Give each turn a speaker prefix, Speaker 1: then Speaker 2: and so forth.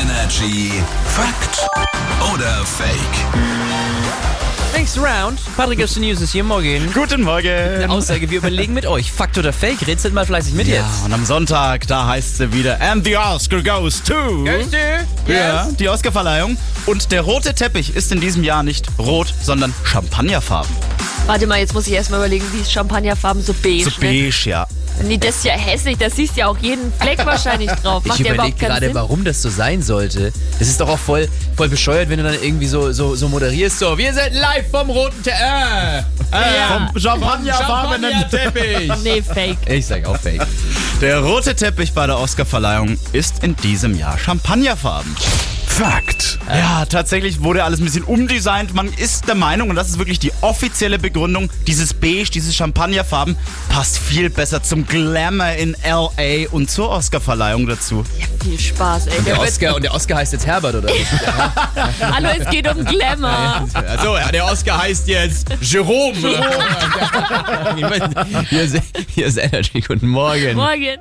Speaker 1: Energy Fakt oder Fake?
Speaker 2: Thanks round. Patrick aus den News ist hier morgen.
Speaker 3: Guten Morgen.
Speaker 2: Aussage, wir überlegen mit euch. Fakt oder Fake? Rätselt mal fleißig mit
Speaker 3: Ja,
Speaker 2: jetzt.
Speaker 3: und am Sonntag, da heißt sie wieder, and the Oscar goes to... Ja, die Oscarverleihung. Und der rote Teppich ist in diesem Jahr nicht rot, sondern champagnerfarben.
Speaker 4: Warte mal, jetzt muss ich erstmal überlegen, wie ist Champagnerfarben so beige?
Speaker 3: So
Speaker 4: ne?
Speaker 3: beige, ja.
Speaker 4: Nee, das ist ja hässlich, das siehst ja auch jeden Fleck wahrscheinlich drauf. Macht
Speaker 5: Ich
Speaker 4: ja
Speaker 5: überlege
Speaker 4: überhaupt keinen
Speaker 5: gerade,
Speaker 4: Sinn.
Speaker 5: warum das so sein sollte. Das ist doch auch voll, voll bescheuert, wenn du dann irgendwie so, so, so moderierst. So, wir sind live vom roten Te äh, äh,
Speaker 3: Vom
Speaker 4: Ja.
Speaker 3: champagnerfarbenen...
Speaker 5: Teppich.
Speaker 4: Nee, fake.
Speaker 5: Ich sag auch Fake.
Speaker 3: Der rote Teppich bei der Oscarverleihung ist in diesem Jahr champagnerfarben.
Speaker 1: Fakt.
Speaker 3: Ja, tatsächlich wurde alles ein bisschen umdesignt. Man ist der Meinung, und das ist wirklich die offizielle Begründung, dieses Beige, dieses Champagnerfarben passt viel besser zum Glamour in L.A. und zur Oscarverleihung dazu.
Speaker 4: Ja, viel Spaß, ey.
Speaker 5: Der
Speaker 4: Der wird,
Speaker 5: Oscar, und der Oscar heißt jetzt Herbert, oder?
Speaker 4: hallo, es geht um Glamour.
Speaker 5: Also, ja, der Oscar heißt jetzt Jerome. Jerome. hier, ist, hier ist Energy. Guten Morgen.
Speaker 4: Morgen.